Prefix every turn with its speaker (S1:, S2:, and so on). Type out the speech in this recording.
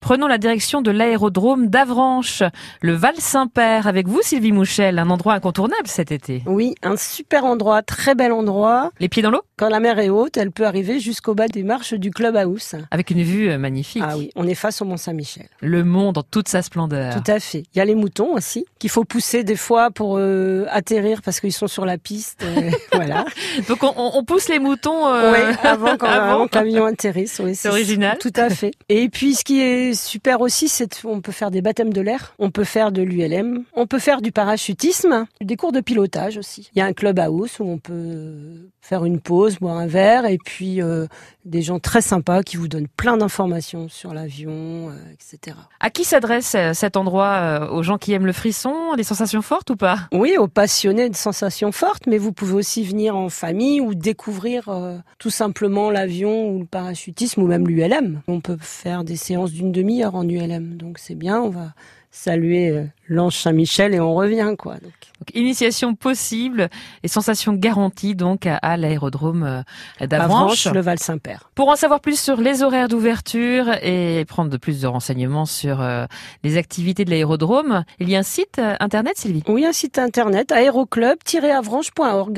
S1: Prenons la direction de l'aérodrome d'Avranches, le Val-Saint-Père, avec vous Sylvie Mouchel, un endroit incontournable cet été.
S2: Oui, un super endroit, très bel endroit.
S1: Les pieds dans l'eau
S2: Quand la mer est haute, elle peut arriver jusqu'au bas des marches du club house.
S1: Avec une vue euh, magnifique.
S2: Ah oui, on est face au Mont Saint-Michel.
S1: Le mont dans toute sa splendeur.
S2: Tout à fait. Il y a les moutons aussi qu'il faut pousser des fois pour euh, atterrir parce qu'ils sont sur la piste. euh, voilà.
S1: Donc on, on- on pousse les moutons euh,
S2: Oui, avant quand
S1: avant.
S2: avant que l'avion atterrisse. Oui,
S1: C'est original.
S2: Tout à fait. Et puis ce qui est super aussi, c'est qu'on peut faire des baptêmes de l'air, on peut faire de l'ULM, on peut faire du parachutisme, des cours de pilotage aussi. Il y a un club house où on peut faire une pause, boire un verre, et puis euh, des gens très sympas qui vous donnent plein d'informations sur l'avion, euh, etc.
S1: À qui s'adresse euh, cet endroit euh, Aux gens qui aiment le frisson, les sensations fortes ou pas
S2: Oui, aux passionnés de sensations fortes, mais vous pouvez aussi venir en famille ou découvrir euh, tout simplement l'avion ou le parachutisme ou même l'ULM. On peut faire des séances d'une demi-heure en ULM, donc c'est bien, on va saluer euh, l'ange Saint-Michel et on revient quoi. Donc,
S1: Donc, Initiation possible et sensations garanties donc à, à l'aérodrome euh, d'Avranches.
S2: Avranches, le Val-Saint-Père.
S1: Pour en savoir plus sur les horaires d'ouverture et prendre de plus de renseignements sur euh, les activités de l'aérodrome, il y a un site euh, internet Sylvie
S2: Oui, un site internet aéroclub-avranches.org.